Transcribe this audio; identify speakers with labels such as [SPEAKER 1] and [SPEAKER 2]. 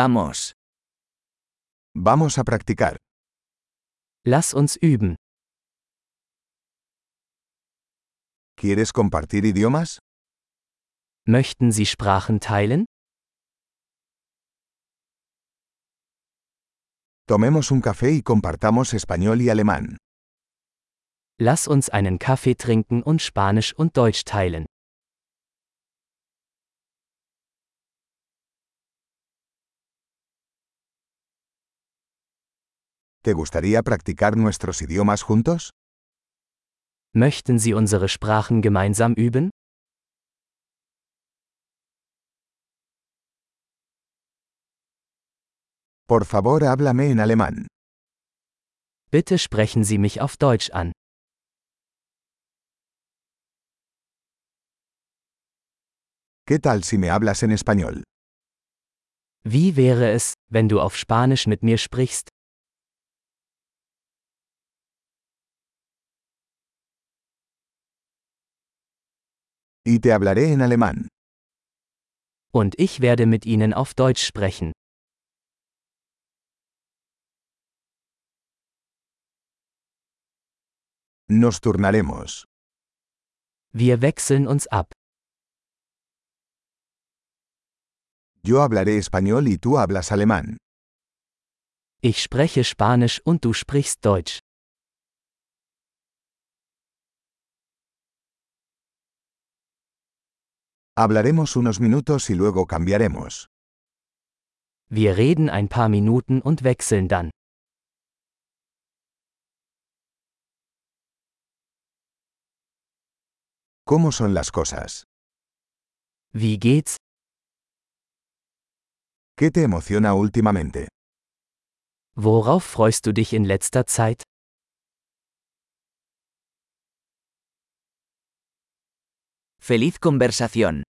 [SPEAKER 1] Vamos.
[SPEAKER 2] Vamos a practicar.
[SPEAKER 1] Lass uns üben.
[SPEAKER 2] ¿Quieres compartir idiomas?
[SPEAKER 1] Möchten Sie Sprachen teilen?
[SPEAKER 2] Tomemos un café y compartamos español y alemán.
[SPEAKER 1] Lass uns einen Kaffee trinken und Spanisch und Deutsch teilen.
[SPEAKER 2] ¿Te gustaría practicar nuestros idiomas juntos?
[SPEAKER 1] Möchten Sie unsere Sprachen gemeinsam üben?
[SPEAKER 2] Por favor, háblame en alemán.
[SPEAKER 1] Bitte sprechen Sie mich auf Deutsch an.
[SPEAKER 2] ¿Qué tal si me hablas en español?
[SPEAKER 1] Wie wäre es, wenn du auf Spanisch mit mir sprichst?
[SPEAKER 2] Y te hablaré en alemán.
[SPEAKER 1] Und ich werde mit Ihnen auf Deutsch sprechen.
[SPEAKER 2] Nos turnaremos.
[SPEAKER 1] Wir wechseln uns ab.
[SPEAKER 2] Yo hablaré español y tú hablas alemán.
[SPEAKER 1] Ich spreche Spanisch und du sprichst Deutsch.
[SPEAKER 2] Hablaremos unos minutos y luego cambiaremos.
[SPEAKER 1] Wir reden ein paar Minuten und wechseln dann.
[SPEAKER 2] ¿Cómo son las cosas?
[SPEAKER 1] Wie geht's?
[SPEAKER 2] ¿Qué te emociona últimamente?
[SPEAKER 1] Worauf freust du dich in letzter Zeit?
[SPEAKER 3] Feliz conversación.